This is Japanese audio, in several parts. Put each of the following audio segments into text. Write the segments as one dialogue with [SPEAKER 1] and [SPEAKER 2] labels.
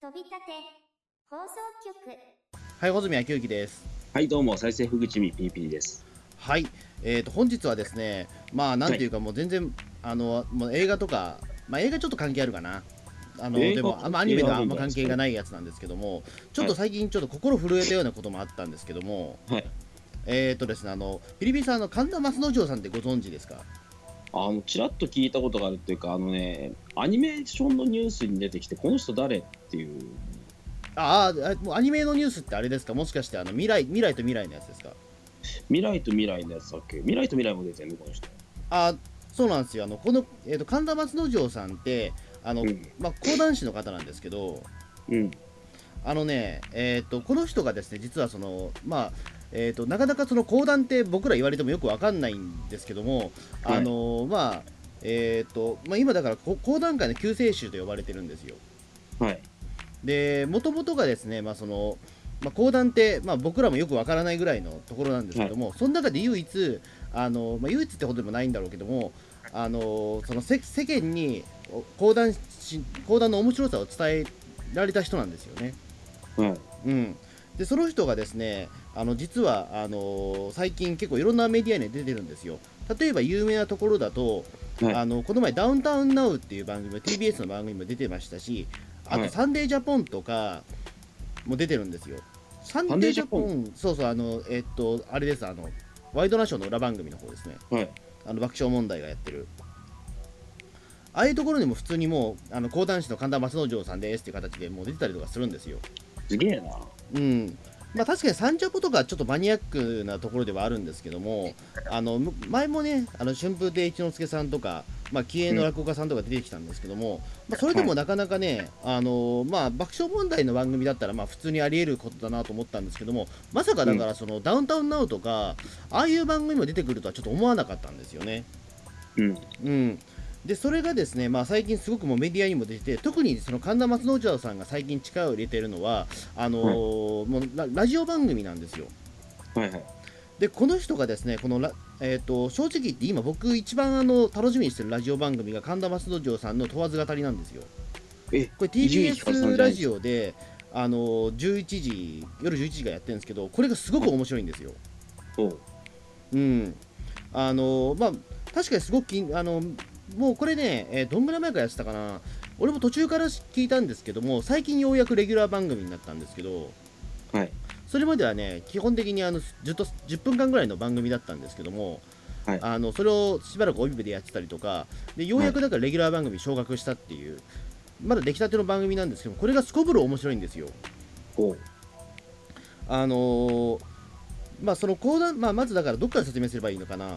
[SPEAKER 1] 飛び立て放送局
[SPEAKER 2] はい、穂積昭之です。
[SPEAKER 3] はい、どうも、再生ふぐちみ PP です。
[SPEAKER 2] はい、えー、と本日はですね、まあなんていうかもう全然、あのもう映画とか、まあ映画ちょっと関係あるかな。あの
[SPEAKER 3] 映画
[SPEAKER 2] でもあんまアニメとはあんま
[SPEAKER 3] 映画なん
[SPEAKER 2] 関
[SPEAKER 3] だ
[SPEAKER 2] 係がないやつなんですけども、ちょっと最近ちょっと心震えたようなこともあったんですけども、
[SPEAKER 3] はい。
[SPEAKER 2] えっ、とですねあのフィリピンさんの神田松之丞さんってご存知ですか？
[SPEAKER 3] あの、ちらっと聞いたことがあるっていうか、あのね、アニメーションのニュースに出てきて、この人誰っていう。
[SPEAKER 2] あーあもうアニメのニュースってあれですか？もしかしてあの未来未来と未来のやつですか？
[SPEAKER 3] 未来と未来のやつだっけ未来と未来も出てるの、この人。
[SPEAKER 2] あそうなんですよあのこの、えー、と神田松之丞さんってあの、
[SPEAKER 3] うん
[SPEAKER 2] まあ講談師の方なんですけど。
[SPEAKER 3] うん。
[SPEAKER 2] あのね、えー、とこの人がですね実はその、まあえー、となかなかその講談って僕ら言われてもよくわかんないんですけども、
[SPEAKER 3] はい
[SPEAKER 2] あのまあえーとまあ、今だからこ講談界の救世主と呼ばれてるんですよ。
[SPEAKER 3] はい。
[SPEAKER 2] で元々がですね、まあそのまあ、講談って、まあ、僕らもよくわからないぐらいのところなんですけども、その中で唯一あの、まあ、唯一ってほどでもないんだろうけどもあのその世世間にお講談し講談の面白さを伝えられた人なんですよね。
[SPEAKER 3] はい。
[SPEAKER 2] うん、でその人がですねあの実はあのー最近結構いろんなメディアに出てるんですよ例えば有名なところだと、
[SPEAKER 3] はい
[SPEAKER 2] あのこの前「ダウンタウンナウっていう番組も TBS の番組も出てましたしあ
[SPEAKER 3] は
[SPEAKER 2] と「
[SPEAKER 3] い
[SPEAKER 2] サンデージャポン」とかも出てるんですよサンデージャポ
[SPEAKER 3] サ
[SPEAKER 2] ンそうそうあのえっとあれですあのワイドナショーの裏番組の方ですね
[SPEAKER 3] はい。
[SPEAKER 2] あの爆笑問題がやってるああいうところにも普通にもうあの講談師の神田松之丞さんですっていう形でもう出てたりとかするんですよ
[SPEAKER 3] すげえな。
[SPEAKER 2] うんまあ、確かにサンジャポとかちょっとマニアックなところではあるんですけどもあのむ前もねあの春風亭一之輔さんとか、まあ、気鋭の落語家さんとか出てきたんですけども、まあ、それでもなかなかね、あのまあ、爆笑問題の番組だったらまあ普通にありえることだなと思ったんですけどもまさかだからその、ダウンタウンナウとかああいう番組も出てくるとはちょっと思わなかったんですよね。
[SPEAKER 3] うん。
[SPEAKER 2] うん、でそれがですね、まあ、最近すごくもうメディアにも出てて特にその神田松之丞さんが最近力を入れてるのはあのーもうララジオ番組なんですよ。
[SPEAKER 3] はいはい。
[SPEAKER 2] でこの人がですねこのラ、えー、と正直言って今僕一番あの楽しみにしてるラジオ番組が神田松之丞さんの「問わず語り」なんですよ。
[SPEAKER 3] え
[SPEAKER 2] これ
[SPEAKER 3] 伊集院光さんじゃない
[SPEAKER 2] TBS ラジオであのー11時夜11時からやってるんですけどこれがすごく面白いんですよ。
[SPEAKER 3] おう。
[SPEAKER 2] うん、あのまあ確かにすごくきんあのもうこれね、えーどんぐらい前からやってたかな俺も途中から聞いたんですけども最近ようやくレギュラー番組になったんですけど
[SPEAKER 3] はい。
[SPEAKER 2] それまではね基本的にあのずっと10分間ぐらいの番組だったんですけども、
[SPEAKER 3] はい
[SPEAKER 2] あのそれをしばらく帯でやってたりとかでようやくだからレギュラー番組昇格したっていう、まだ出来たての番組なんですけどこれがすこぶる面白いんですよ。
[SPEAKER 3] おう。
[SPEAKER 2] あのーまあその講談、まあ、まずだからどっから説明すればいいのかな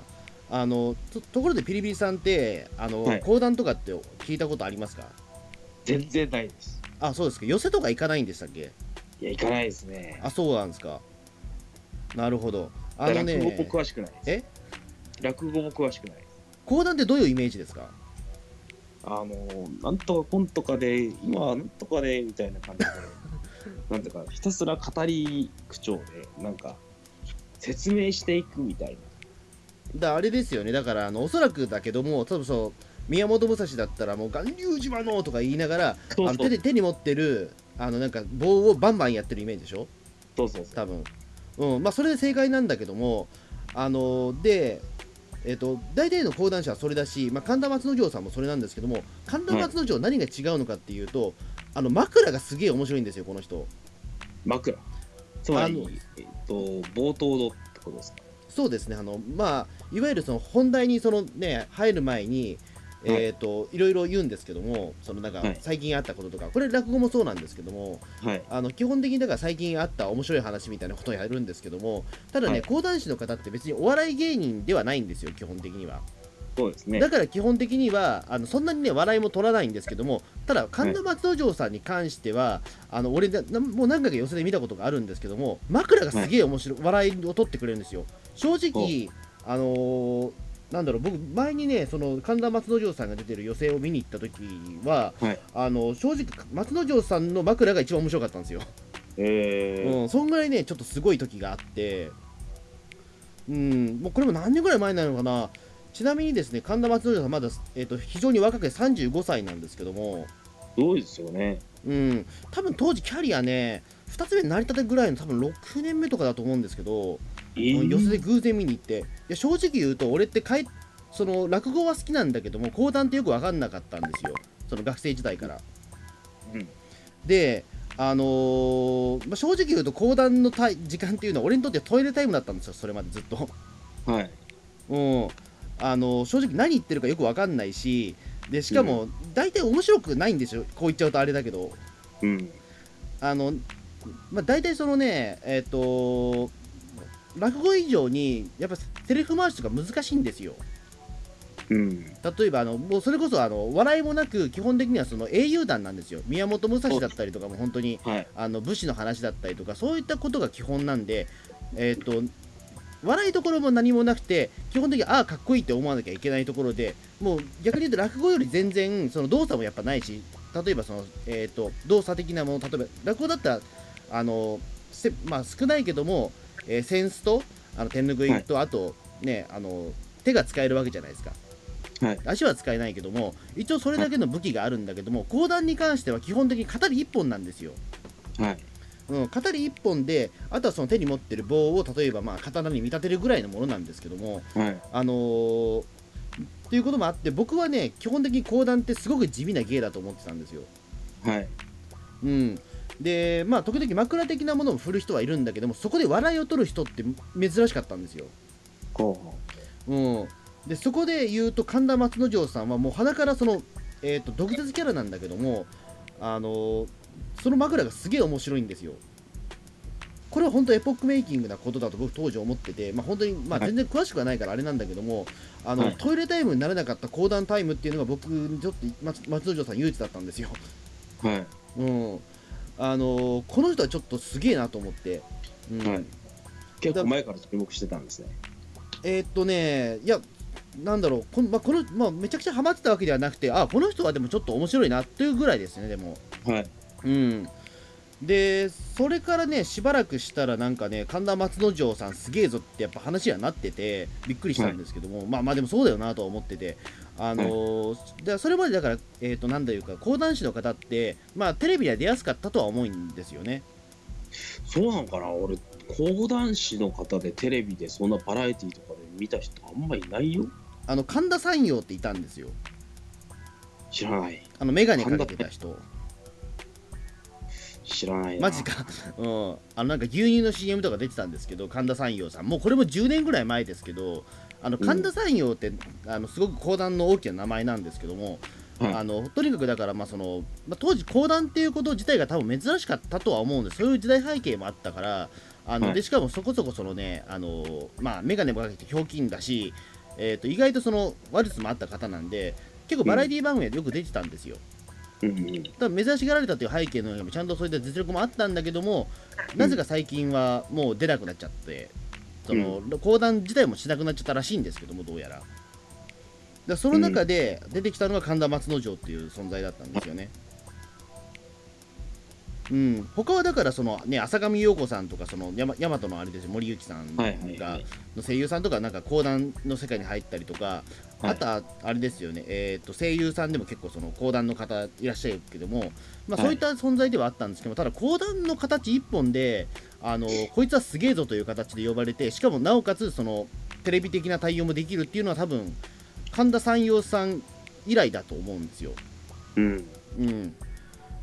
[SPEAKER 2] あのとところでピリピリさんってあの、
[SPEAKER 3] はい
[SPEAKER 2] 講談とかって聞いたことありますか
[SPEAKER 3] 全然ないです。
[SPEAKER 2] あそうですか寄せとか行かないんでしたっけ
[SPEAKER 3] いや、行かないですね。
[SPEAKER 2] あそうなんですかなるほどあの
[SPEAKER 3] 落語
[SPEAKER 2] ね
[SPEAKER 3] も詳しくないです。え落語も詳しくないです。
[SPEAKER 2] 講談ってどういうイメージですか
[SPEAKER 3] あの、なんとかコントかで、今はなんとかで、みたいな感じで、なんていうか、ひたすら語り口調で、なんか、説明していくみたい
[SPEAKER 2] だあれですよねだからあのおそらくだけども多分そう宮本武蔵だったらもう巌流島のとか言いながら
[SPEAKER 3] そうそう
[SPEAKER 2] あの手で手に持ってるあのなんか棒をバンバンやってるイメージでしょ
[SPEAKER 3] な。そうそうそう。
[SPEAKER 2] 多分、うんまあ、それで正解なんだけどもあので、えっと大体の講談社はそれだし、まあ、神田松之丞さんもそれなんですけども神田松之丞何が違うのかっていうと、あの枕がすげえ面白いんですよこの人
[SPEAKER 3] 枕。つま
[SPEAKER 2] あの
[SPEAKER 3] り、えっと、冒頭のってことですか。
[SPEAKER 2] そうですねあの、まあ、いわゆるその本題にその、ね、入る前に、
[SPEAKER 3] はい
[SPEAKER 2] えっといろいろ言うんですけどもそのなんか
[SPEAKER 3] はい
[SPEAKER 2] 最近あったこととか、これ落語もそうなんですけども
[SPEAKER 3] はい。
[SPEAKER 2] あの基本的にだから最近あった面白い話みたいなことをやるんですけどもただね、
[SPEAKER 3] はい
[SPEAKER 2] 講談師の方って別にお笑い芸人ではないんですよ基本的には
[SPEAKER 3] そうですね。
[SPEAKER 2] だから基本的にはあのそんなにね笑いも取らないんですけどもただ神田松之丞さんに関しては、あの俺ななもう何回か寄せで見たことがあるんですけども枕がすげえ面白い、笑いを取ってくれるんですよ正直あのーなんだろう僕前にねその神田松之丞さんが出てる寄せを見に行った時は
[SPEAKER 3] はい。
[SPEAKER 2] あの正直松之丞さんの枕が一番面白かったんですよ
[SPEAKER 3] えー
[SPEAKER 2] うん、そんぐらいね、ちょっとすごい時があって、うん、もうこれも何年ぐらい前なのかな、ちなみにですね、神田松之丞さん、まだ、えっと非常に若くて35歳なんですけども、
[SPEAKER 3] すごいですよね。
[SPEAKER 2] うん、多分当時キャリアね2つ目成り立てぐらいの多分6年目とかだと思うんですけど、
[SPEAKER 3] えー
[SPEAKER 2] 寄席で偶然見に行っていや正直言うと俺ってかいその落語は好きなんだけども講談ってよく分かんなかったんですよその学生時代から。
[SPEAKER 3] うん
[SPEAKER 2] であのーまあ、正直言うと講談のタイ時間っていうのは俺にとってはトイレタイムだったんですよそれまでずっと。
[SPEAKER 3] はい。
[SPEAKER 2] うん、あの正直何言ってるかよく分かんないしでしかも大体面白くないんですよこう言っちゃうとあれだけど
[SPEAKER 3] うん。
[SPEAKER 2] あの、まあ、大体そのねえっ、と落語以上にやっぱセリフ回しとか難しいんですよ
[SPEAKER 3] うん。
[SPEAKER 2] 例えばあのもうそれこそあの笑いもなく基本的にはその英雄団なんですよ宮本武蔵だったりとかも本当に
[SPEAKER 3] はい。
[SPEAKER 2] あの武士の話だったりとかそういったことが基本なんで、えー、と笑いどころも何もなくて基本的にああかっこいいって思わなきゃいけないところでもう逆に言うと落語より全然その動作もやっぱないし例えばその、えー、と動作的なもの例えば落語だったらあのせ、まあ、少ないけども、えー扇子とあの手ぬぐいと、あとねあの手が使えるわけじゃないですか。
[SPEAKER 3] はい
[SPEAKER 2] 足は使えないけども一応それだけの武器があるんだけども講談に関しては基本的に語り一本なんですよ。
[SPEAKER 3] はい。
[SPEAKER 2] うん、語り1本であとはその手に持ってる棒を例えばまあ刀に見立てるぐらいのものなんですけども
[SPEAKER 3] はい。
[SPEAKER 2] あのーっていうこともあって僕はね基本的に講談ってすごく地味な芸だと思ってたんですよ。
[SPEAKER 3] はい。
[SPEAKER 2] うん、でまあ時々枕的なものを振る人はいるんだけどもそこで笑いを取る人って珍しかったんですよ。
[SPEAKER 3] こ
[SPEAKER 2] うん、でそこで言うと神田松之丞さんはもう鼻からその、えー、と毒舌キャラなんだけども、あのーその枕がすげえ面白いんですよ。これは本当エポックメイキングなことだと僕当時思ってて、まあ、本当に、まあ、
[SPEAKER 3] はい
[SPEAKER 2] 全然詳しくはないからあれなんだけども、あの
[SPEAKER 3] はい
[SPEAKER 2] トイレタイムにならなかった講談タイムっていうのが僕にちょっと松松之丞さん唯一だったんですよ。
[SPEAKER 3] う。はい。
[SPEAKER 2] うんあのーこの人はちょっとすげえなと思って。うん
[SPEAKER 3] はい。結構前から注目してたんですね。
[SPEAKER 2] えーっとね、いや、なんだろう、このまあこのまあ、めちゃくちゃハマってたわけではなくて、あこの人はでもちょっと面白いなというぐらいですね、でも。
[SPEAKER 3] はい。
[SPEAKER 2] うん、で、それからね、しばらくしたら、なんかね、神田松之丞さん、すげえぞって、やっぱ話にはなってて、びっくりしたんですけども、まあまあ、でもそうだよなとは思ってて、あのーでそれまでだから、えーっと、なんだいうか、講談師の方って、まあ、テレビには出やすかったとは思うんですよね。
[SPEAKER 3] そうなのかな俺、講談師の方でテレビでそんなバラエティーとかで見た人あんまいないよ。
[SPEAKER 2] あの神田山陽っていたんですよ、
[SPEAKER 3] 知らない。
[SPEAKER 2] あの眼鏡かけてた人。
[SPEAKER 3] 知らないな。
[SPEAKER 2] マジ。か、うん、あのなんか牛乳の CM とか出てたんですけど、神田山陽さん、もうこれも10年ぐらい前ですけど、あの
[SPEAKER 3] うん
[SPEAKER 2] 神田山陽って、あのすごく講談の大きな名前なんですけども、あ
[SPEAKER 3] はい。
[SPEAKER 2] のとにかくだから、まあそのまあ、当時、講談っていうこと自体が多分珍しかったとは思うんです、そういう時代背景もあったから、あの
[SPEAKER 3] はい
[SPEAKER 2] でしかもそこそこその、ねあのまあ、眼鏡もかけてひょうきんだし、えー、と意外とそのワルツもあった方なんで、結構バラエティ番組でよく出てたんですよ。
[SPEAKER 3] うんうん。
[SPEAKER 2] 多分珍しがられたという背景の上にもちゃんとそういった実力もあったんだけどもなぜか最近はもう出なくなっちゃって、その講談自体もしなくなっちゃったらしいんですけどもどうやらだからその中で出てきたのが神田松之丞っていう存在だったんですよねうん他はだからそのね浅上陽子さんとかそのやま大和のあれですよ森行さんが、
[SPEAKER 3] はいはいはい。
[SPEAKER 2] の声優さんとかなんか講談の世界に入ったりとか、
[SPEAKER 3] はい
[SPEAKER 2] あとはあれですよね、えー、と声優さんでも結構その講談の方いらっしゃるけども、まあ、
[SPEAKER 3] はい
[SPEAKER 2] そういった存在ではあったんですけども、ただ講談の形一本であのこいつはすげえぞという形で呼ばれてしかもなおかつそのテレビ的な対応もできるっていうのは多分神田山陽さん以来だと思うんですよ。
[SPEAKER 3] うん。
[SPEAKER 2] うん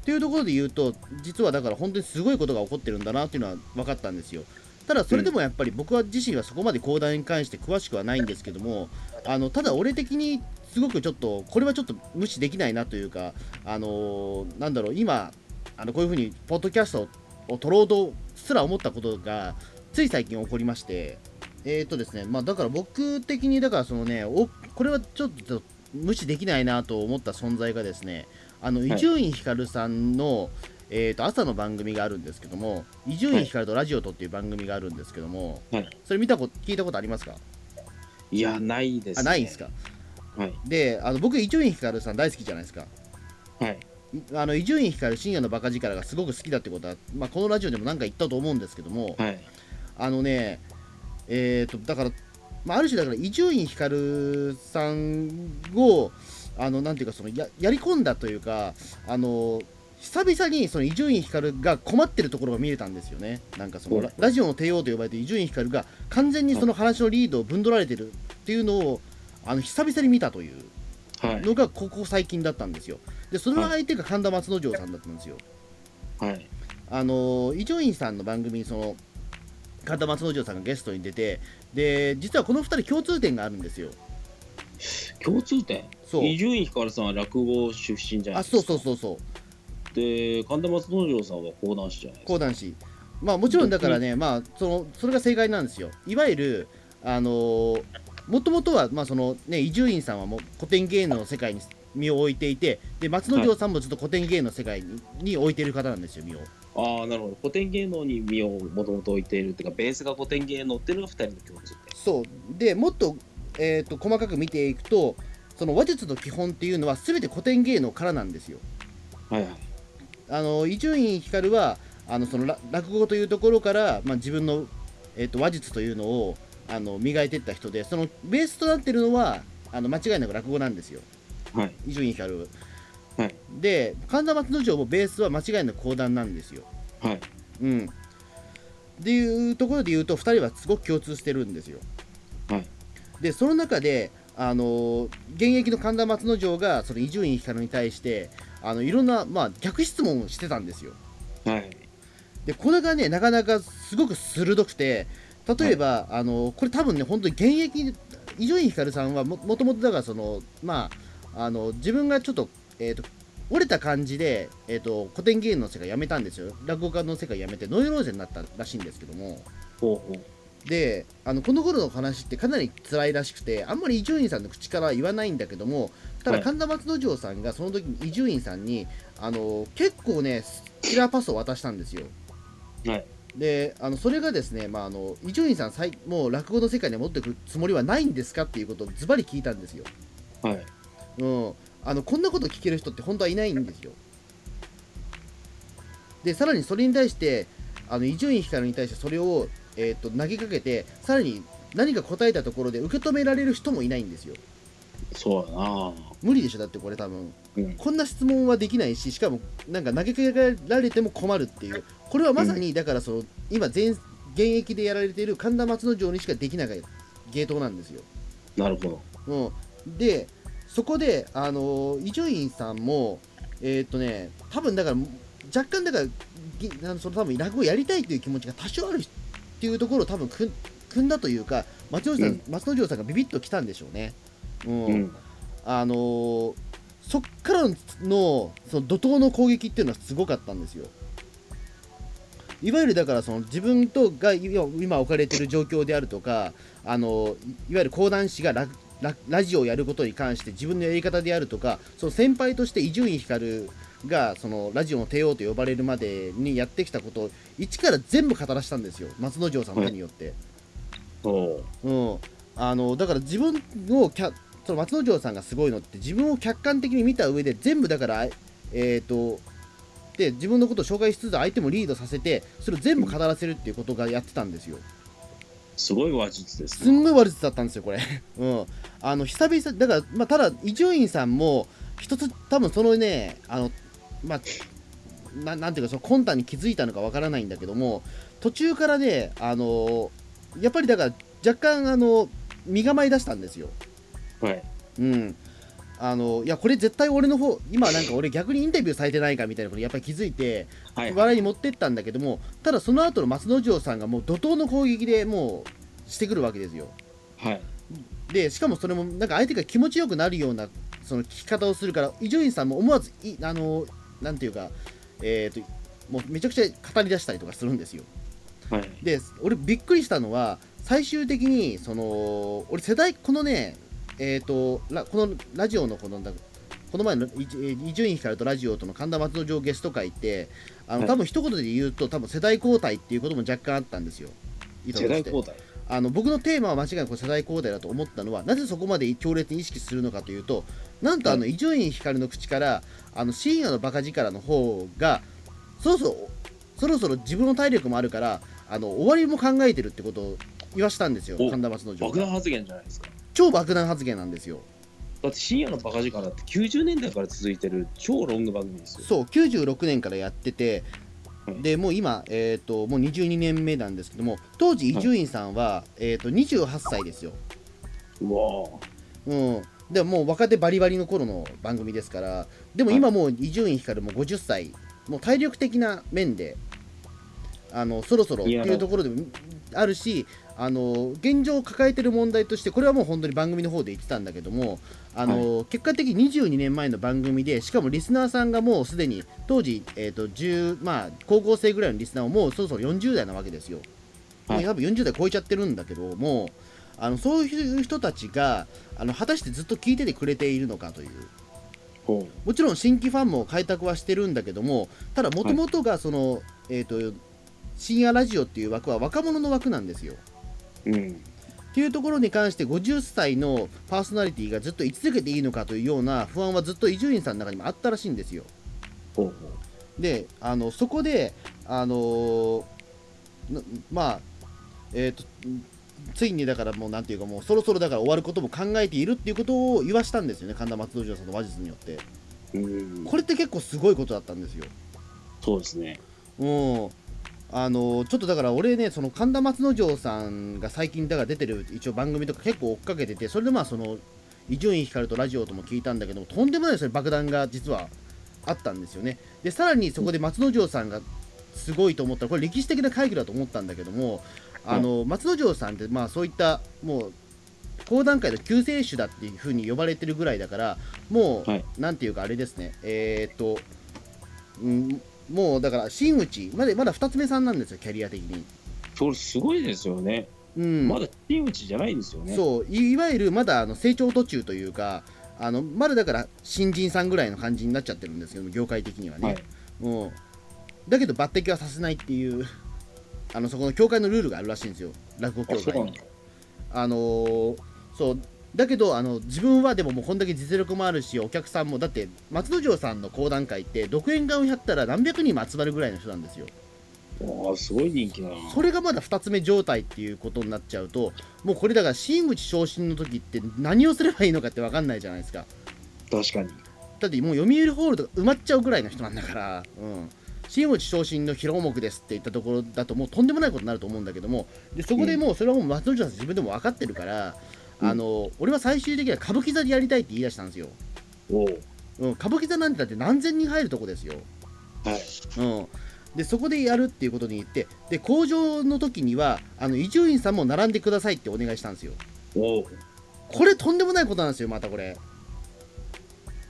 [SPEAKER 2] っていうところで言うと実はだから本当にすごいことが起こってるんだなっていうのは分かったんですよただそれでもやっぱり僕は自身はそこまで講談に関して詳しくはないんですけどもあのただ俺的にすごくちょっとこれはちょっと無視できないなというかあのーなんだろう今あのこういうふうにポッドキャストを撮ろうとすら思ったことがつい最近起こりましてえっ、とですねまあだから僕的にだからそのねおこれはちょっと無視できないなと思った存在がですねあの
[SPEAKER 3] い
[SPEAKER 2] 伊集院光さんの、えー、と朝の番組があるんですけども伊集院光とラジオとっていう番組があるんですけども、
[SPEAKER 3] はい
[SPEAKER 2] それ見たこと聞いたことありますか
[SPEAKER 3] いや、ないです、ね。
[SPEAKER 2] あないんです。か
[SPEAKER 3] はい。
[SPEAKER 2] であの僕伊集院光さん大好きじゃないですか
[SPEAKER 3] はい。
[SPEAKER 2] いあの伊集院光深夜のバカ力がすごく好きだってことは、まあ、このラジオでも何か言ったと思うんですけども、
[SPEAKER 3] はい。
[SPEAKER 2] あのねえー、とだから、まあ、ある種だから伊集院光さんをあのなんていうかそのややり込んだというかあの久々にその伊集院光が困ってるところが見えたんですよねなんかそのララジオの帝王と呼ばれている伊集院光が完全にその話のリードをぶんどられてるっていうのをあの久々に見たという
[SPEAKER 3] はい
[SPEAKER 2] のがここ最近だったんですよでその相手が神田松之丞さんだったんですよ
[SPEAKER 3] はい
[SPEAKER 2] あの伊集院さんの番組にその神田松之丞さんがゲストに出てで実はこの2人共通点があるんですよ
[SPEAKER 3] 共通点
[SPEAKER 2] そう
[SPEAKER 3] 伊集院光さんは落語出身じゃない
[SPEAKER 2] あ
[SPEAKER 3] ですか
[SPEAKER 2] そうそうそうそう
[SPEAKER 3] で神田松之丞さんは講談師じゃないです
[SPEAKER 2] 講談師まあもちろんだからね、まあ、そのそれが正解なんですよいわゆるあのーもともとはまあそのね伊集院さんはもう古典芸能の世界に身を置いていてで松之丞さんもずっと古典芸能の世界に,、に置いている方なんですよ身を
[SPEAKER 3] かああなるほど古典芸能に身をもともと置いているっていうかベースが古典芸能っていうのが2人の共通
[SPEAKER 2] そうでもっと,、えー、と細かく見ていくとその話術の基本っていうのは全て古典芸能からなんですよ
[SPEAKER 3] 点はいはい
[SPEAKER 2] あの伊集院光はあのそのら落語というところから、まあ、自分の、えっと話術というのをあの磨いていった人でそのベースとなっているのはあの間違いなく落語なんですよ
[SPEAKER 3] はい
[SPEAKER 2] 伊集院光
[SPEAKER 3] はい
[SPEAKER 2] で神田松之丞もベースは間違いなく講談なんですよ
[SPEAKER 3] はい
[SPEAKER 2] うんっていうところで言うと2人はすごく共通してるんですよ
[SPEAKER 3] はい
[SPEAKER 2] でその中であの現役の神田松之丞がその伊集院光に対してあのいろんな、まあ、逆質問をしてたんですよ
[SPEAKER 3] はい
[SPEAKER 2] でこれがねなかなかすごく鋭くて例えば、あのこれ多分ね本当に現役伊集院光さんはももともとだからそのまああの自分がちょっと,、えー、と折れた感じで、えー、と古典芸能の世界やめたんですよ落語家の世界やめてノイローゼになったらしいんですけども
[SPEAKER 3] ほうほう
[SPEAKER 2] であのこの頃の話ってかなり辛いらしくてあんまり伊集院さんの口からは言わないんだけどもただ
[SPEAKER 3] はい
[SPEAKER 2] 神田松之丞さんがその時に伊集院さんにあの結構ねキラーパスを渡したんですよ
[SPEAKER 3] はい
[SPEAKER 2] であのそれがですね、まあ、あの伊集院さん最、もう落語の世界に戻ってくるつもりはないんですかっていうことをズバリ聞いたんですよ。
[SPEAKER 3] はい
[SPEAKER 2] うん、あのこんなこと聞ける人って本当はいないんですよ。で、さらにそれに対して、あの伊集院光に対してそれを、えー、と投げかけて、さらに何か答えたところで受け止められる人もいないんですよ。
[SPEAKER 3] そうだな
[SPEAKER 2] 無理でしょ、だってこれ多分。
[SPEAKER 3] うん
[SPEAKER 2] こんな質問はできないし、しかも、なんか投げかけられても困るっていう、これはまさに、だからその、今全、現役でやられている神田松之丞にしかできない芸当なんですよ。
[SPEAKER 3] なるほど
[SPEAKER 2] うん、で、そこで、あの伊集院さんも、えーっとね、多分だから、若干だから、ぎあのその多分落語やりたいという気持ちが多少あるっていうところを多分くん、組んだというか、松之丞さん,、
[SPEAKER 3] うん
[SPEAKER 2] 松之丞さんがビビッときたんでしょうね。
[SPEAKER 3] う
[SPEAKER 2] うん
[SPEAKER 3] ん
[SPEAKER 2] あのーそっからのその怒涛の攻撃っていうのはすごかったんですよ。いわゆるだからその自分とがいや今置かれてる状況であるとか、あのーいいわゆる講談師がラララジオをやることに関して自分のやり方であるとかその先輩として伊集院光がそのラジオの帝王と呼ばれるまでにやってきたことを一から全部語らしたんですよ松之丞さんの手によって。
[SPEAKER 3] そう
[SPEAKER 2] うん、あのだから自分を客その松之丞さんがすごいのって自分を客観的に見た上で全部だからえっ、えーとで自分のことを紹介しつつ相手もリードさせてそれを全部語らせるっていうことがやってたんですよ
[SPEAKER 3] すごい話術です
[SPEAKER 2] す
[SPEAKER 3] ね
[SPEAKER 2] んごい悪術だったんですよこれ、 うん、あの久々だから、まあ、ただ伊集院さんも一つ多分そのねあのまあななんていうかその魂胆に気づいたのかわからないんだけども途中からねあのやっぱりだから若干あの身構え出したんですよ
[SPEAKER 3] はい
[SPEAKER 2] うん、あのいやこれ絶対俺の方今なんか俺逆にインタビューされてないかみたいなことやっぱり気づいて
[SPEAKER 3] はい
[SPEAKER 2] 笑いに持ってったんだけどもただその後の松之丞さんがもう怒涛の攻撃でもうしてくるわけですよ
[SPEAKER 3] はい
[SPEAKER 2] でしかもそれもなんか相手が気持ちよくなるようなその聞き方をするから伊集院さんも思わずいあのなんていうかえー、ともうめちゃくちゃ語り出したりとかするんですよ
[SPEAKER 3] はい
[SPEAKER 2] で俺びっくりしたのは最終的にその俺世代このねえっ、とラこのラジオのこのだこの前のいえー伊集院光とラジオとの神田松之丞ゲスト会ってあの
[SPEAKER 3] はい
[SPEAKER 2] 多分一言で言うと多分世代交代っていうことも若干あったんですよ。意図と
[SPEAKER 3] 世
[SPEAKER 2] して
[SPEAKER 3] 代交代
[SPEAKER 2] あの僕のテーマは間違いなく世代交代だと思ったのはなぜそこまで強烈に意識するのかというとなんとあの伊集院光の口からあの深夜のバカ力の方がそろそろそろそろ自分の体力もあるからあの終わりも考えてるってことを言わしたんですよ
[SPEAKER 3] お
[SPEAKER 2] 神田松之丞
[SPEAKER 3] 爆
[SPEAKER 2] が
[SPEAKER 3] 弾発言じゃないですか
[SPEAKER 2] 超爆弾発言なんですよ
[SPEAKER 3] だって深夜のバカ力だって90年代から続いてる超ロング番組ですよ。
[SPEAKER 2] そう96年からやってて
[SPEAKER 3] うん
[SPEAKER 2] でもう今、えー、ともう22年目なんですけども当時伊集院さんは、えー、と28歳ですよ、
[SPEAKER 3] うわ
[SPEAKER 2] うん、でももう若手バリバリの頃の番組ですからでも今もう伊集院光も50歳もう体力的な面であのそろそろっていうところでもあるしあの現状抱えてる問題としてこれはもう本当に番組の方で言ってたんだけどもあの、結果的に22年前の番組でしかもリスナーさんがもうすでに当時、えーと10まあ、高校生ぐらいのリスナーももうそろそろ40代なわけですよ。も
[SPEAKER 3] は
[SPEAKER 2] う
[SPEAKER 3] い
[SPEAKER 2] 多分40代超えちゃってるんだけどもあのそういう人たちがあの果たしてずっと聞いててくれているのかという
[SPEAKER 3] ほ
[SPEAKER 2] もちろん新規ファンも開拓はしてるんだけどもただもともとがその、えっ、と深夜ラジオっていう枠は若者の枠なんですよ。
[SPEAKER 3] う。うん。
[SPEAKER 2] っていうところに関して50歳のパーソナリティがずっと居続けていいのかというような不安はずっと伊集院さんの中にもあったらしいんですよ。
[SPEAKER 3] ほうほう。
[SPEAKER 2] であのそこで、あのーなまあえーとついにだからもうなんていうかもうそろそろだから終わることも考えているっていうことを言わしたんですよね神田松之丞さんの話術によって
[SPEAKER 3] うん、
[SPEAKER 2] これって結構すごいことだったんですよ
[SPEAKER 3] そうですね。
[SPEAKER 2] うんあのーちょっとだから俺ねその神田松之丞さんが最近だから出てる一応番組とか結構追っかけててそれでまあその伊集院光とラジオとも聞いたんだけどもとんでもないそれ爆弾が実はあったんですよねでさらにそこで松之丞さんがすごいと思ったらこれ歴史的な会議だと思ったんだけどもあの松之丞さんってまあそういったもう講談界の救世主だっていうふうに呼ばれてるぐらいだからもう、
[SPEAKER 3] はい
[SPEAKER 2] なんていうかあれですねえーっと、うん、もうだから真打ちまでまだ2つ目さんなんですよキャリア的に。
[SPEAKER 3] それすごいですよね。
[SPEAKER 2] うん
[SPEAKER 3] まだ真打ちじゃないですよね。
[SPEAKER 2] そういいわゆるまだあの成長途中というかあのまだだから新人さんぐらいの感じになっちゃってるんですけど業界的にはね、
[SPEAKER 3] はい。
[SPEAKER 2] うん、だけど抜擢はさせないっていう あのそこの協会のルールがあるらしいんですよ落語協
[SPEAKER 3] あ、そう
[SPEAKER 2] 会
[SPEAKER 3] なん
[SPEAKER 2] に
[SPEAKER 3] だ。
[SPEAKER 2] あのーそうだけどあの自分はでももうこんだけ実力もあるしお客さんもだって松之丞さんの講談会って独演会をやったら何百人も集まるぐらいの人なんですよ
[SPEAKER 3] ああ、すごい人気だな。
[SPEAKER 2] それがまだ2つ目状態っていうことになっちゃうともうこれだから真打ち昇進の時って何をすればいいのかって分かんないじゃないですか
[SPEAKER 3] 確かに。
[SPEAKER 2] だってもう読売ホールとか埋まっちゃうぐらいの人なんだから、うん、新内昇進の広目ですって言ったところだともうとんでもないことになると思うんだけどもでそこでもうそれはもう松之丞さん自分でも分かってるから、
[SPEAKER 3] うん
[SPEAKER 2] あの俺は最終的には歌舞伎座でやりたいって言い出したんですよ、
[SPEAKER 3] おう。
[SPEAKER 2] うん、歌舞伎座なんてだって何千人入るとこですよ、
[SPEAKER 3] はい。
[SPEAKER 2] うん、でそこでやるっていうことに言ってで工場の時にはあの伊集院さんも並んでくださいってお願いしたんですよ
[SPEAKER 3] おう。
[SPEAKER 2] これとんでもないことなんですよまたこれ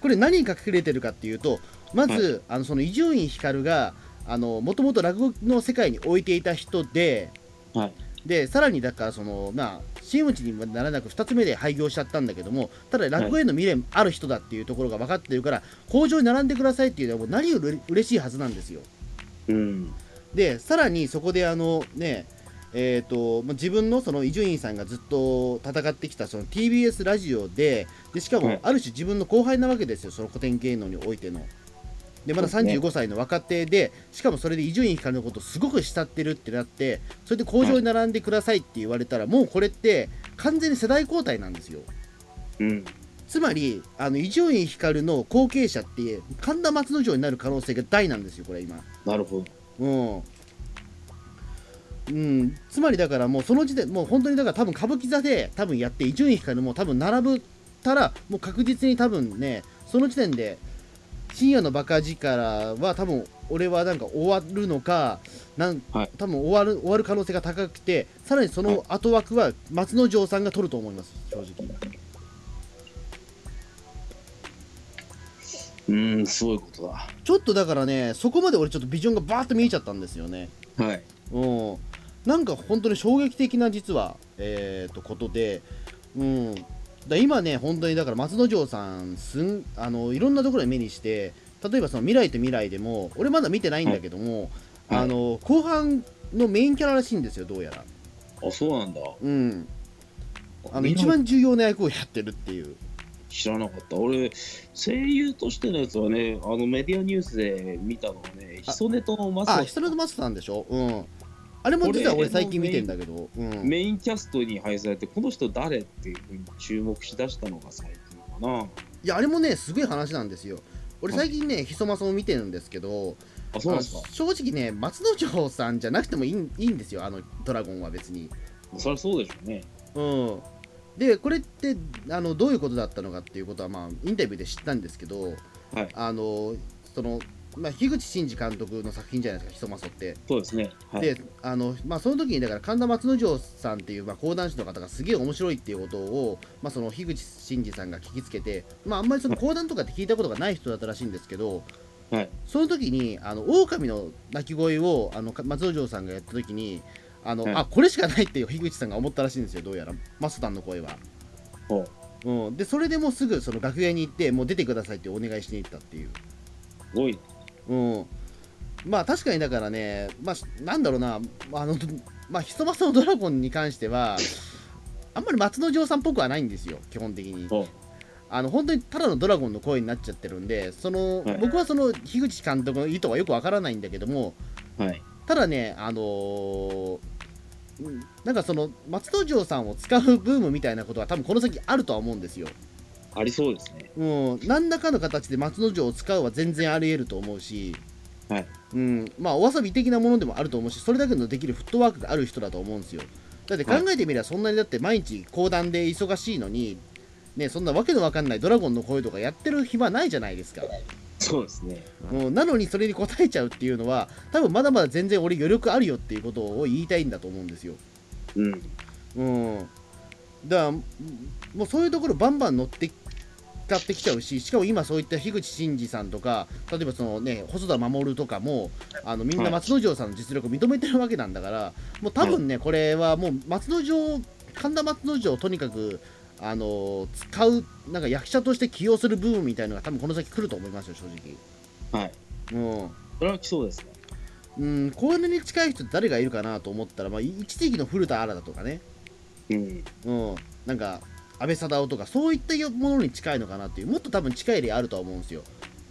[SPEAKER 2] これ何に隠れてるかっていうとまず、あのその伊集院光がもともと落語の世界に置いていた人で
[SPEAKER 3] はい。
[SPEAKER 2] でさらにだからそのまあ真打ちにはならなく2つ目で廃業しちゃったんだけどもただ落語への未練ある人だっていうところが分かってるから、工場に並んでくださいっていうのはもう何より嬉しいはずなんですよ
[SPEAKER 3] うん。
[SPEAKER 2] でさらにそこであのねえー、とまあ自分のその伊集院さんがずっと戦ってきたその TBS ラジオででしか
[SPEAKER 3] は
[SPEAKER 2] も
[SPEAKER 3] い
[SPEAKER 2] ある種自分の後輩なわけですよその古典芸能においての。でまだ
[SPEAKER 3] そうですね
[SPEAKER 2] 35歳の若手でしかもそれで伊集院光のことをすごく慕ってるってなってそれで工場に並んでくださいって言われたらもうこれって完全に世代交代なんですよ。
[SPEAKER 3] うん。
[SPEAKER 2] つまりあの伊集院光の後継者って神田松之丞になる可能性が大なんですよこれ今。
[SPEAKER 3] なるほど。
[SPEAKER 2] うん、うん、つまりだからもうその時点もう本当にだから多分歌舞伎座で多分やって伊集院光も多分並ぶたらもう確実に多分ねその時点で深夜のバカ力は多分俺はなんか終わるのかなん、
[SPEAKER 3] はい
[SPEAKER 2] 多分終わる終わる可能性が高くてさらにその後枠は松之丞さんが取ると思います正直
[SPEAKER 3] うん、すごいことだ。
[SPEAKER 2] ちょっとだからねそこまで俺ちょっとビジョンがバーッと見えちゃったんですよね
[SPEAKER 3] はい。
[SPEAKER 2] うん、なんか本当に衝撃的な実は、えー、とことで、うん、だ今ね、本当にだから松之丞さんすんあの、いろんなところで目にして、例えばその未来と未来でも、俺まだ見てないんだけども、
[SPEAKER 3] はい
[SPEAKER 2] あの後半のメインキャラらしいんですよ、どうやら。
[SPEAKER 3] あ、そうなんだ。
[SPEAKER 2] うん、あの
[SPEAKER 3] 見ろ
[SPEAKER 2] 一番重要な役をやってるっていう。
[SPEAKER 3] 知らなかった。俺、声優としてのやつはね、あのメディアニュースで見たのはね、
[SPEAKER 2] あ
[SPEAKER 3] ヒソネとマス
[SPEAKER 2] あ、
[SPEAKER 3] オ
[SPEAKER 2] ヒスラドマスターさんでしょ、うん、あれも実は俺、最近見てんだけど、うん、
[SPEAKER 3] メインキャストに配されて、この人誰っていうふうに注目しだしたのが最近かかな。
[SPEAKER 2] いやあれもねすごい話なんですよ俺最近ねひそまそを見てるんですけど
[SPEAKER 3] あ、そうなんですか
[SPEAKER 2] あの。正直ね松之丞さんじゃなくてもいいんいいんですよあのドラゴンは別に
[SPEAKER 3] そりゃそうでしょうね。
[SPEAKER 2] うんでこれってあのどういうことだったのかっていうことはまあインタビューで知ったんですけど、
[SPEAKER 3] はい
[SPEAKER 2] あのそのまあ、樋口真嗣監督の作品じゃないですか、ひそまそって。
[SPEAKER 3] そうですね。はい。
[SPEAKER 2] で、あのまあ、その時にだから神田松之丞さんっていう、まあ、講談師の方がすげえ面白いっていうことを、まあ、その樋口真嗣さんが聞きつけて、まあ、あんまりその講談とかって聞いたことがない人だったらしいんですけど、
[SPEAKER 3] はい
[SPEAKER 2] その時にあの狼の鳴き声をあのか松之丞さんがやった時にあの、
[SPEAKER 3] はい
[SPEAKER 2] あこれしかないっていう樋口さんが思ったらしいんですよどうやらマスタンの声は。
[SPEAKER 3] ほう
[SPEAKER 2] うん、でそれでもうすぐその楽屋に行ってもう出てくださいってお願いしに行ったっていう。
[SPEAKER 3] すごいね。
[SPEAKER 2] うん、まあ確かにだからね、まあ、しなんだろうな、あのまあ、ひそまそのドラゴンに関しては、あんまり松之丞さんっぽくはないんですよ、基本的に。
[SPEAKER 3] ほう
[SPEAKER 2] あの本当にただのドラゴンの声になっちゃってるんで、その
[SPEAKER 3] はい
[SPEAKER 2] 僕はその樋口監督の意図はよくわからないんだけども、
[SPEAKER 3] はい。
[SPEAKER 2] ただね、あのーうんなんかその松之丞さんを使うブームみたいなことは多分この先あるとは思うんですよ。
[SPEAKER 3] ありそうですね。
[SPEAKER 2] うん、何らかの形で松之丞を使うは全然あり得ると思うし、
[SPEAKER 3] はい
[SPEAKER 2] うん、まあお遊び的なものでもあると思うしそれだけのできるフットワークがある人だと思うんですよだって考えてみればそんなにだって毎日講談で忙しいのに、ね、そんなわけのわかんないドラゴンの声とかやってる暇ないじゃないですか、
[SPEAKER 3] そうですね。
[SPEAKER 2] うん、なのにそれに応えちゃうっていうのは多分まだまだ全然俺余力あるよっていうことを言いたいんだと思うんですよ
[SPEAKER 3] うん。
[SPEAKER 2] うん、だからもうそういうところバンバン乗って使ってきちゃうししかも今そういった樋口真嗣さんとか例えばその、ね、細田守とかもあのみんな松之丞さんの実力を認めてるわけなんだからもう多分ねこれはもう松之丞神田松之丞をとにかくあの使うなんか役者として起用する部分みたいのが多分この先来ると思いますよ正
[SPEAKER 3] はい。
[SPEAKER 2] 直。うん
[SPEAKER 3] それは来そうですね。
[SPEAKER 2] うん、こういうのに近い人って誰がいるかなと思ったら、まあ、一時期の古田新太とかね、
[SPEAKER 3] うん。
[SPEAKER 2] うん、なんか安倍貞夫とかそういったものに近いのかなっていうもっと多分近い例あるとは思うんですよ、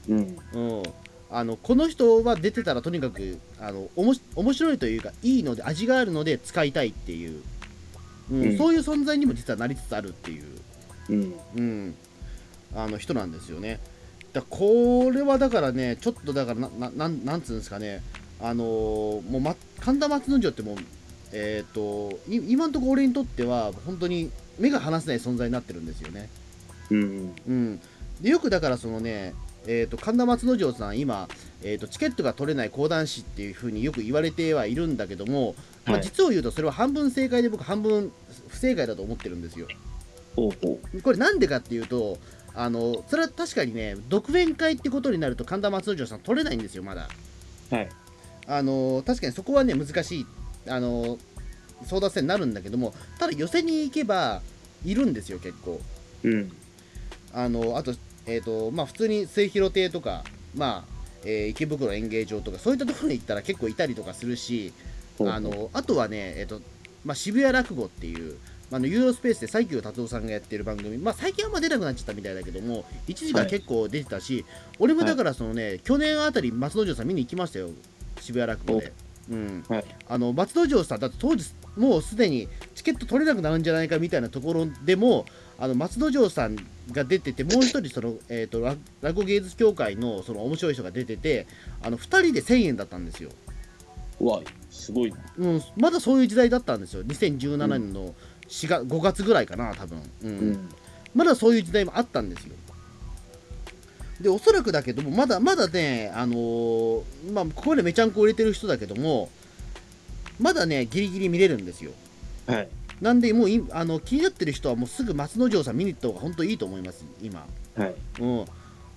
[SPEAKER 3] うん。
[SPEAKER 2] うん、あのこの人は出てたらとにかくあのおもし面白いというかいいので味があるので使いたいっていう、うん
[SPEAKER 3] うん
[SPEAKER 2] そういう存在にも実はなりつつあるっていう、
[SPEAKER 3] うん。
[SPEAKER 2] うん、あの人なんですよねだこれはだからねちょっとだからなななんなんつうんですかねあのーもう、ま、神田松之丞ってもうえっ、とい今のところ俺にとっては本当に目が離せない存在になってるんですよね。
[SPEAKER 3] うん。
[SPEAKER 2] うん、でよくだからそのね、えー、と神田松之丞さん今、えー、とチケットが取れない講談師っていうふうによく言われてはいるんだけども、ま
[SPEAKER 3] は
[SPEAKER 2] あ、
[SPEAKER 3] い。
[SPEAKER 2] 実を言うとそれは半分正解で僕半分不正解だと思ってるんですよ。
[SPEAKER 3] ほうほ
[SPEAKER 2] これなんでかっていうとあのそれは確かにね独演会ってことになると神田松之丞さん取れないんですよまだ
[SPEAKER 3] う。はい。
[SPEAKER 2] あの確かにそこはね難しいあの争奪戦になるんだけどもただ寄せに行けばいるんですよ結構
[SPEAKER 3] うん。
[SPEAKER 2] あのあとえっ、とまあ普通に末広亭とかまあえー池袋演芸場とかそういったところに行ったら結構いたりとかするし
[SPEAKER 3] ほうほう
[SPEAKER 2] あ、のあとはね、えっとまあ、渋谷落語っていう、まあ、あのユーロスペースで西郷達夫さんがやってる番組、まあ、最近はあんま出なくなっちゃったみたいだけども一時間
[SPEAKER 3] はい
[SPEAKER 2] 結構出てたし、俺もだからその、ね去年あたり松之丞さん見に行きましたよ渋谷落語で。うん
[SPEAKER 3] はい
[SPEAKER 2] あの松之丞さんだって当時もうすでにチケット取れなくなるんじゃないかみたいなところでもあの松之丞さんが出ててもう一人その、えー、と落落語芸術協会のその面白い人が出ててあの2人で1000円だったんですよ。
[SPEAKER 3] うわ、すごいな。
[SPEAKER 2] うん、まだそういう時代だったんですよ、2017年の4月5月ぐらいかな、多分、うん
[SPEAKER 3] うん。
[SPEAKER 2] まだそういう時代もあったんですよ。で、おそらくだけども、まだまだね、あのーまあ、ここでめちゃんこ入れてる人だけども、まだね、ギリギリ見れるんですよ。
[SPEAKER 3] はい。
[SPEAKER 2] なんで、もういあの気になってる人は、もうすぐ松之丞さん見に行った方が本当いいと思います、今。
[SPEAKER 3] はい。
[SPEAKER 2] うん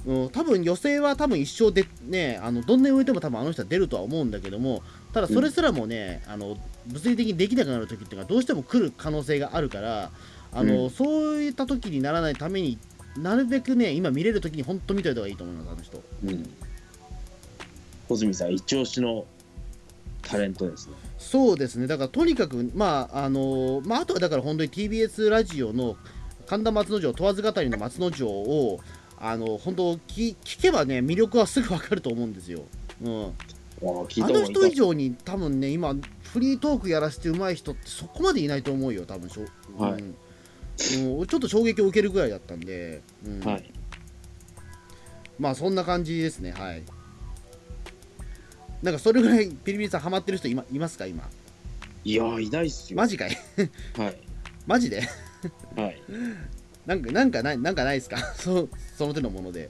[SPEAKER 2] うん、多分予選は多分一生でねあのどんなに置いても多分あの人は出るとは思うんだけどもただそれすらもね、あの物理的にできなくなる時っていうのはどうしても来る可能性があるからあの、
[SPEAKER 3] うん
[SPEAKER 2] そういった時にならないためになるべくね今見れる時に本当見といた方がいいと思いますあの人
[SPEAKER 3] うん。小泉さん、一押しのタレントですね。
[SPEAKER 2] そうですねだからとにかくまああのまああとはだから本当に TBS ラジオの神田松之丞問わず語りの松之丞をあの本当聞聞けばね魅力はすぐ分かると思うんですようん
[SPEAKER 3] あの、聞い
[SPEAKER 2] あ
[SPEAKER 3] た方が
[SPEAKER 2] の
[SPEAKER 3] いい
[SPEAKER 2] 人以
[SPEAKER 3] か。
[SPEAKER 2] 上に多分ね今フリートークやらせて上手い人ってそこまでいないと思うよ多分しょ、
[SPEAKER 3] はい
[SPEAKER 2] うんうんちょっと衝撃を受けるぐらいだったんで、うん
[SPEAKER 3] はい。
[SPEAKER 2] まあそんな感じですねはいなんかそれぐらいピリピリさんハマってる人い,、ま、いますか今
[SPEAKER 3] いやー、いないっすよ。
[SPEAKER 2] マジかい
[SPEAKER 3] はい。
[SPEAKER 2] マジで
[SPEAKER 3] はい。
[SPEAKER 2] なんかなんかないなんかないですか そその手のもので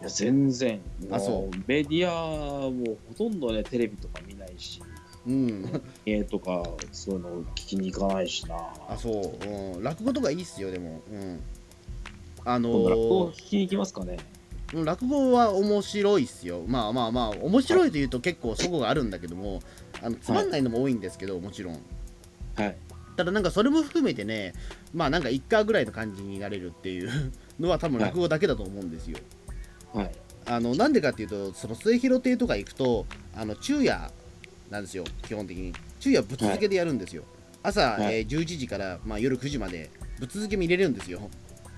[SPEAKER 3] いや、全然。
[SPEAKER 2] あそう
[SPEAKER 3] もう。メディアもほとんどね、テレビとか見ないし、
[SPEAKER 2] うん
[SPEAKER 3] 絵とか、そういうの聞きに行かないしな。
[SPEAKER 2] あそう、うん、落語とかいいっすよでもうんあの
[SPEAKER 3] 今度落語
[SPEAKER 2] ー
[SPEAKER 3] 聞きに行きますかね。
[SPEAKER 2] うん落語は面白いっすよまあまあまあ面白いというと結構そこがあるんだけどもあのつまんないのも多いんですけどもちろん
[SPEAKER 3] はい。
[SPEAKER 2] ただなんかそれも含めてねまあなんか一回ぐらいの感じになれるっていう のは多分落語だけだと思うんですよ、
[SPEAKER 3] はい。
[SPEAKER 2] あのなんでかっていうとその末広亭とか行くとあの昼夜なんですよ基本的に昼夜ぶっ続けでやるんですよ、朝、
[SPEAKER 3] はい
[SPEAKER 2] えー11時から、まあ、夜9時までぶっ続け見れるんですよ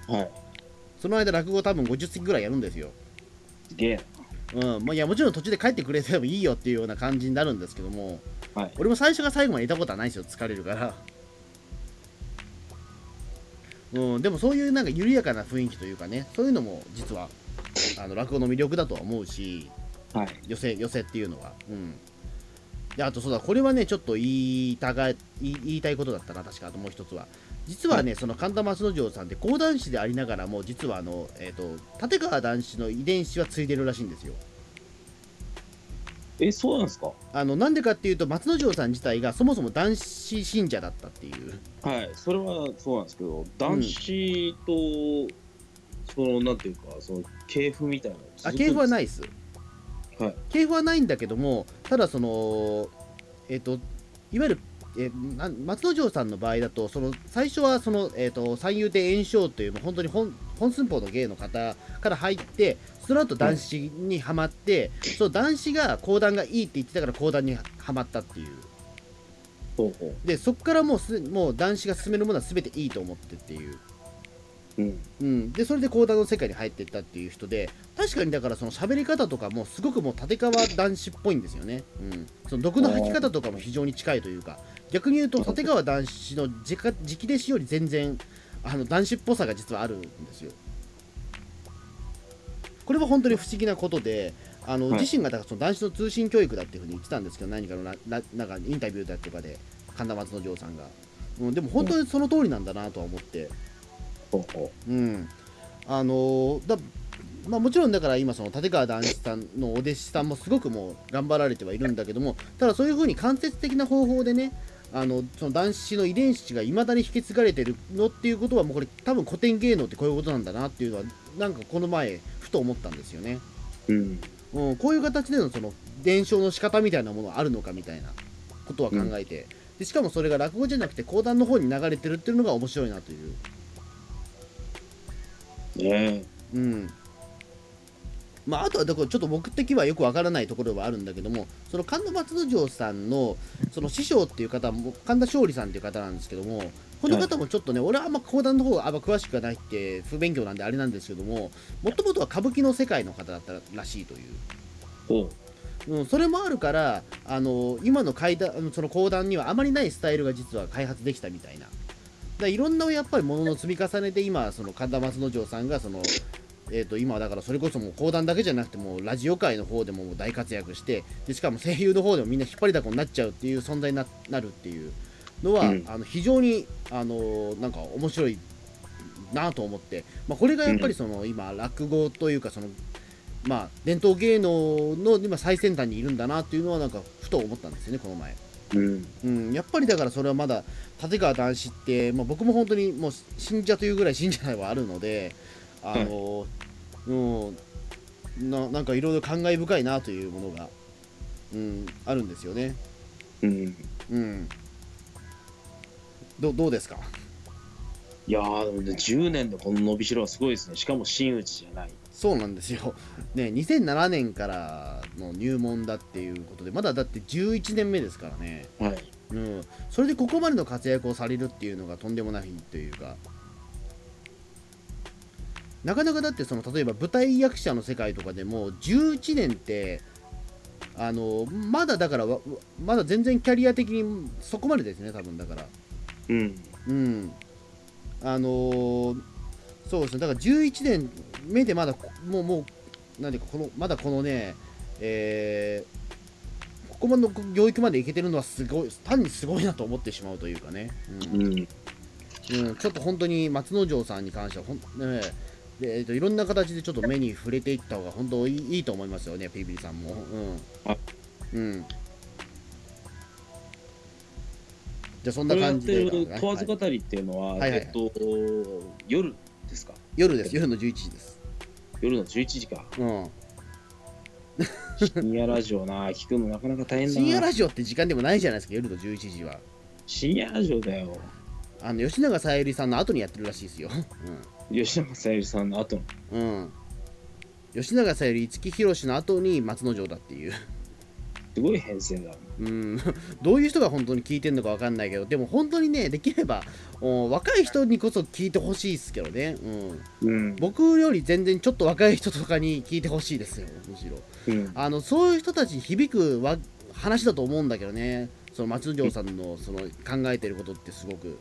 [SPEAKER 3] はい。
[SPEAKER 2] その間落語多分50席ぐらいやるんですよ
[SPEAKER 3] すげえ
[SPEAKER 2] うんまあ、いやもちろん途中で帰ってくれてもいいよっていうような感じになるんですけども
[SPEAKER 3] な。はい。
[SPEAKER 2] 俺も最初が最後までいたことはないんですよ疲れるから、うん、でもそういうなんか緩やかな雰囲気というかねそういうのも実はあの落語の魅力だとは思うし
[SPEAKER 3] はい。
[SPEAKER 2] 寄せ寄せっていうのはうんであとそうだこれはねちょっと言いたが言い言いたいことだったな確かあともう一つは実はね、その神田松之丞さんって講談師でありながらも実はあの、えー、と立川談志の遺伝子は継いでるらしいんですよ
[SPEAKER 3] え、そうなんですか
[SPEAKER 2] あのなんでかっていうと松之丞さん自体がそもそも男子信者だったっていう
[SPEAKER 3] はい、それはそうなんですけど、男子と、その、なんていうか、その、系譜みたいなの
[SPEAKER 2] あ系譜はない
[SPEAKER 3] い。
[SPEAKER 2] です
[SPEAKER 3] はい。
[SPEAKER 2] 系譜はないんだけどもただそのえっ、といわゆるえーなん松之丞さんの場合だとその最初はその、えー、と三遊亭圓生というもう本当に本本寸法の芸の方から入ってその後男子にはまって、その男子が講談がいいって言ってたから講談にはまったっていう
[SPEAKER 3] ほうほ
[SPEAKER 2] でそこからもうすもう男子が進めるものは全ていいと思ってっていう
[SPEAKER 3] う。うん。
[SPEAKER 2] うん、でそれで講談の世界に入っていったっていう人で確かにだからその喋り方とかもすごくもう立川男子っぽいんですよね、うん、その毒の吐き方とかも非常に近いというか逆に言うと立川男子の直直弟子より全然あの男子っぽさが実はあるんですよこれは本当に不思議なことであの、
[SPEAKER 3] はい
[SPEAKER 2] 自身がだからその男子の通信教育だっていうふうに言ってたんですけど何かのなななんかインタビューだとかで神田松之丞さんが、うん、でも本当にその通りなんだなとは思って。
[SPEAKER 3] ほうほ
[SPEAKER 2] うん、あのーだまあ、もちろんだから今その立川談志さんのお弟子さんもすごくもう頑張られてはいるんだけどもただそういうふうに間接的な方法でねあのその男子の遺伝子がいまだに引き継がれてるのっていうことはもうこれ多分古典芸能ってこういうことなんだなっていうのはなんかこの前ふと思ったんですよね、
[SPEAKER 3] う。うん。
[SPEAKER 2] うん、こういう形でのその伝承の仕方みたいなものはあるのかみたいなことは考えて、でしかもそれが落語じゃなくて講談の方に流れてるっていうのが面白いなという
[SPEAKER 3] ね
[SPEAKER 2] うんまあ、あとはだからちょっと僕的にはよくわからないところはあるんだけどもその神田松之丞さんのその師匠っていう方も神田勝利さんっていう方なんですけどもこの方もちょっとね、俺はあんま講談の方があんま詳しくはないって不勉強なんであれなんですけどももともとは歌舞伎の世界の方だったらしいという
[SPEAKER 3] ほ
[SPEAKER 2] うん、それもあるから、あの今の階段あのその講談にはあまりないスタイルが実は開発できたみたいな。だからいろんなやっぱりものの積み重ねで今その神田松之丞さんがその、えー、と今はだからそれこそもう講談だけじゃなくてもうラジオ界の方でももう大活躍してでしかも声優の方でもみんな引っ張りだこになっちゃうっていう存在にななるっていうのは、
[SPEAKER 3] うん
[SPEAKER 2] あの非常にあのなんか面白いなと思って、まあ、これがやっぱりその、今落語というかそのまあ、伝統芸能の今最先端にいるんだなっていうのはなんかふと思ったんですよねこの前、
[SPEAKER 3] う。うん。
[SPEAKER 2] うん、やっぱりだからそれはまだ立川談志って、まあ、僕も本当にもう信者というぐらい信者ではあるのであの、うん、ななんかいろいろ感慨深いなというものが、うん、あるんですよね、
[SPEAKER 3] うん。
[SPEAKER 2] うん、どどうですか
[SPEAKER 3] いやー、でもね、10年でこの伸びしろはすごいですね。しかも真打ちじゃない。
[SPEAKER 2] そうなんですよ、 ね、2007年からの入門だっていうことでまだだって11年目ですからね
[SPEAKER 3] はい。
[SPEAKER 2] うん、それでここまでの活躍をされるっていうのがとんでもないというかなかなかだってその例えば舞台役者の世界とかでも11年ってあのまだだからわまだ全然キャリア的にそこまでですね多分だから
[SPEAKER 3] うん。
[SPEAKER 2] うんあのーそうですねだから11年目でまだこもうもうなんていうかこのまだこのねえーここまでの領域までいけてるのはすごい単にすごいなと思ってしまうというかね、うん
[SPEAKER 3] うん。
[SPEAKER 2] うん、ちょっと本当に松之丞さんに関してはほん、ねでえっといろんな形でちょっと目に触れていった方が本当いいいいと思いますよね、ピーピーさんも。
[SPEAKER 3] あ
[SPEAKER 2] うん。うん、じゃあそんな
[SPEAKER 3] これやっ
[SPEAKER 2] 感じで。
[SPEAKER 3] てる問わず
[SPEAKER 2] はい
[SPEAKER 3] 語りっていうのは、
[SPEAKER 2] はいはい
[SPEAKER 3] えっと、夜ですか
[SPEAKER 2] 夜です、夜の11時です。
[SPEAKER 3] 夜の11時か。
[SPEAKER 2] うん、
[SPEAKER 3] 深夜ラジオな、聞くのなかなか大変だな。
[SPEAKER 2] 深夜ラジオって時間でもないじゃないですか、夜の11時は。
[SPEAKER 3] 深夜ラジオだよ。
[SPEAKER 2] あの吉永小百合さんの後にやってるらしいですよ。
[SPEAKER 3] 吉永小百合さんの後の。
[SPEAKER 2] うん、うん、吉永小百合、五木ひろしの後に松之丞だっていう。
[SPEAKER 3] すごい編成だ。
[SPEAKER 2] うん、どういう人が本当に聞いてるのかわかんないけどでも本当にねできればお若い人にこそ聞いてほしいですけどね、うん、
[SPEAKER 3] うん。
[SPEAKER 2] 僕より全然ちょっと若い人とかに聞いてほしいですよむしろ
[SPEAKER 3] うん。
[SPEAKER 2] あのそういう人たちに響くわ話だと思うんだけどねその松之丞さんのその考えてることってすごく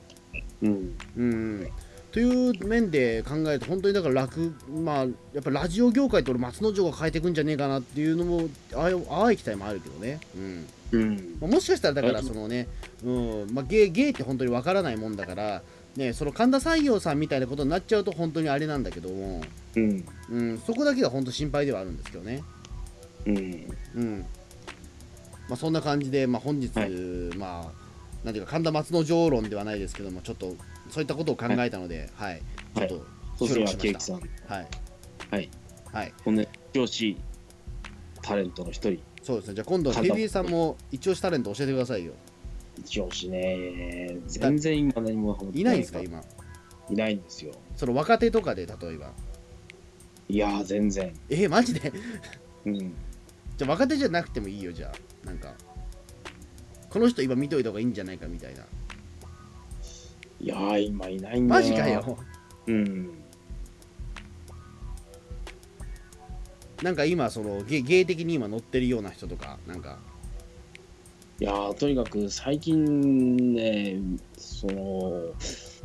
[SPEAKER 3] うん。
[SPEAKER 2] うんという面で考えると本当にだから楽まあやっぱラジオ業界と俺松之丞が変えていくんじゃねえかなっていうのもあああい期待もあるけどねうん
[SPEAKER 3] うん。
[SPEAKER 2] まあもしかしたらだから
[SPEAKER 3] うん
[SPEAKER 2] そのね、うんまあ、ゲイゲイって本当にわからないもんだから、ね、その神田西陽さんみたいなことになっちゃうと本当にあれなんだけども、
[SPEAKER 3] うん。
[SPEAKER 2] うん、そこだけが本当心配ではあるんですけどね、
[SPEAKER 3] うん。
[SPEAKER 2] うんまあ、そんな感じで、まあ、本日、
[SPEAKER 3] はい
[SPEAKER 2] まあ、なんていうか神田松之丞論ではないですけどもちょっとそういったことを考えたので、はい
[SPEAKER 3] はい
[SPEAKER 2] ちょっ
[SPEAKER 3] そ
[SPEAKER 2] と収
[SPEAKER 3] して
[SPEAKER 2] 録しま
[SPEAKER 3] はケー
[SPEAKER 2] し
[SPEAKER 3] キさん。
[SPEAKER 2] た。はい
[SPEAKER 3] はい。
[SPEAKER 2] はい
[SPEAKER 3] この教師タレントの一人。
[SPEAKER 2] そうですねじゃあ今度
[SPEAKER 3] 神田
[SPEAKER 2] TV さんも一押しタレント教えてくださいよ
[SPEAKER 3] 教師ね。全然今何も
[SPEAKER 2] いないんですか今
[SPEAKER 3] いないんですよ。
[SPEAKER 2] その若手とかで例えば
[SPEAKER 3] いやー、全然。
[SPEAKER 2] えー、マジで
[SPEAKER 3] うん。
[SPEAKER 2] じゃあ若手じゃなくてもいいよじゃあなんかこの人今見といた方がいいんじゃないかみたいない
[SPEAKER 3] やー、今いないんだ
[SPEAKER 2] マジか。よ
[SPEAKER 3] うん。
[SPEAKER 2] なんか今その芸芸的に今乗ってるような人とかなんか
[SPEAKER 3] いやーとにかく最近ね、その、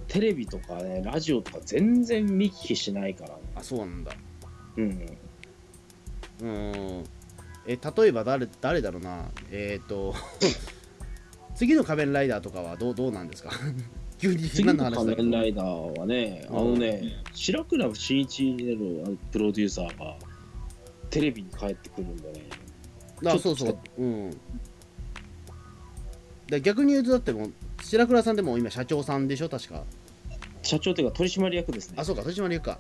[SPEAKER 3] テレビとかね、ラジオとか全然見聞きしないからね。
[SPEAKER 2] あそうなんだ
[SPEAKER 3] うん。
[SPEAKER 2] うーんえ例えば誰誰だろうなえっ、ー、と 次の仮面ライダーとかはどうどうなんですか 急に
[SPEAKER 3] 次
[SPEAKER 2] 何
[SPEAKER 3] の
[SPEAKER 2] 話
[SPEAKER 3] 仮
[SPEAKER 2] だけ
[SPEAKER 3] 面
[SPEAKER 2] ど
[SPEAKER 3] ライダーはね、あ
[SPEAKER 2] うん
[SPEAKER 3] のね、白倉慎一のプロデューサーがテレビに帰ってくるんでね、
[SPEAKER 2] あそうそううんで逆に言うとだってもう白倉さんでも今社長さんでしょ確か
[SPEAKER 3] 社長というか取締役ですね。
[SPEAKER 2] あそうか取締役か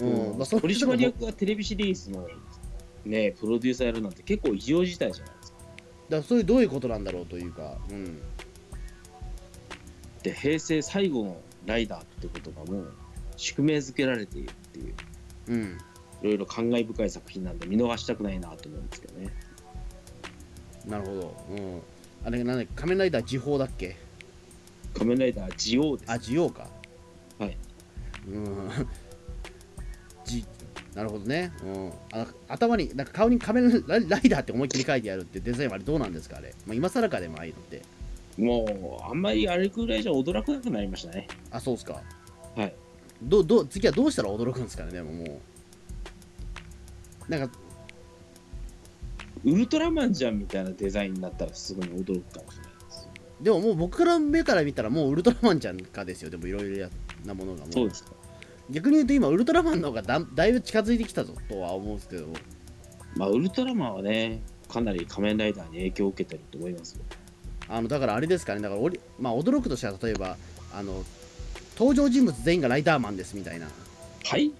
[SPEAKER 2] うん、
[SPEAKER 3] うん
[SPEAKER 2] まあ、その
[SPEAKER 3] 取
[SPEAKER 2] 人とかも
[SPEAKER 3] 締役がテレビシリーズの、ね、プロデューサーやるなんて結構異常事態じゃないですか。
[SPEAKER 2] だからそういうどういうことなんだろうというか、うん、
[SPEAKER 3] で、平成最後のライダーってことがもう宿命づけられているっていう、
[SPEAKER 2] うん、
[SPEAKER 3] いろいろ感慨深い作品なんで見逃したくないなと思うんですけどね。
[SPEAKER 2] なるほど、うん、あれなんだっけ仮面ライダー時報だっけ
[SPEAKER 3] 仮面ライダージオウです。
[SPEAKER 2] あ時報か
[SPEAKER 3] はい、
[SPEAKER 2] うん、じなるほどね、うん、あの頭になんか顔に仮面ライライダーって思いっきり書いてあるってデザインはあれどうなんですかあれ、まあ、今更かでもああいうのって
[SPEAKER 3] もう、あんまりあれくらいじゃ驚かなくなりましたね。
[SPEAKER 2] あそうっすか
[SPEAKER 3] はい
[SPEAKER 2] どうどう次はどうしたら驚くんですかねでももうなんか
[SPEAKER 3] ウルトラマンじゃんみたいなデザインになったらすごい驚くかもしれないです。
[SPEAKER 2] でももう僕から目から見たらもうウルトラマンじゃんかですよでもいろいろやなものがも
[SPEAKER 3] そうですか。
[SPEAKER 2] 逆に言うと今ウルトラマンの方がだだいぶ近づいてきたぞとは思うんですけど
[SPEAKER 3] まあ、ウルトラマンはね、かなり仮面ライダーに影響を受けてると思いますよ。
[SPEAKER 2] あのだからあれですかねだからおり、まあ、驚くとしたら例えばあの登場人物全員がライダーマンですみたいな
[SPEAKER 3] はい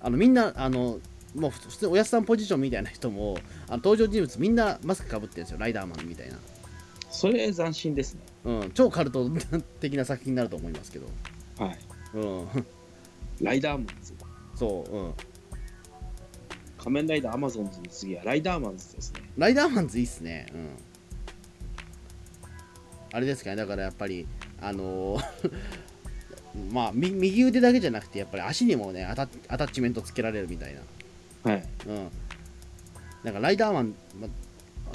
[SPEAKER 2] あのみんなあのもう普普通におやすさんポジションみたいな人もあの登場人物みんなマスクかぶってるんですよライダーマンみたいな、
[SPEAKER 3] それ斬新ですね。
[SPEAKER 2] うん、超カルト 的な作品になると思いますけど、
[SPEAKER 3] はい。
[SPEAKER 2] うん、
[SPEAKER 3] ライダーマンですよ。
[SPEAKER 2] そう、うん、
[SPEAKER 3] 仮面ライダーアマゾンズの次はライダーマンズですね。
[SPEAKER 2] ライダーマンズいいっすね。うん。あれですかね、だからやっぱり、あの ーまあ、み右腕だけじゃなくて、やっぱり足にもねアタ、アタッチメントつけられるみたいな。
[SPEAKER 3] はい。
[SPEAKER 2] うん。なんかライダーマン、ま、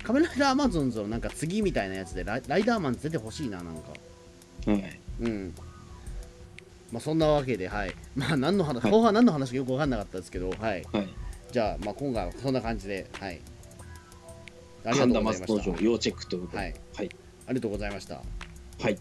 [SPEAKER 2] 仮面ライダーアマゾンズのなんか次みたいなやつでライ、ライダーマンズ出てほしいな、なんか。
[SPEAKER 3] はい。
[SPEAKER 2] うん。まあそんなわけで、はい。まあ何の話、
[SPEAKER 3] はい
[SPEAKER 2] 後半何の話かよく分かんなかったですけど、はい。
[SPEAKER 3] はい。
[SPEAKER 2] じゃあ、まあ今回はそんな感じで、はい。ありがとう
[SPEAKER 3] 神
[SPEAKER 2] ござ
[SPEAKER 3] 田マ
[SPEAKER 2] い
[SPEAKER 3] ス
[SPEAKER 2] ま
[SPEAKER 3] 登
[SPEAKER 2] し
[SPEAKER 3] 場
[SPEAKER 2] た。
[SPEAKER 3] 要チェックということで。
[SPEAKER 2] はい。
[SPEAKER 3] はい。
[SPEAKER 2] ありがとうございました。
[SPEAKER 3] はい。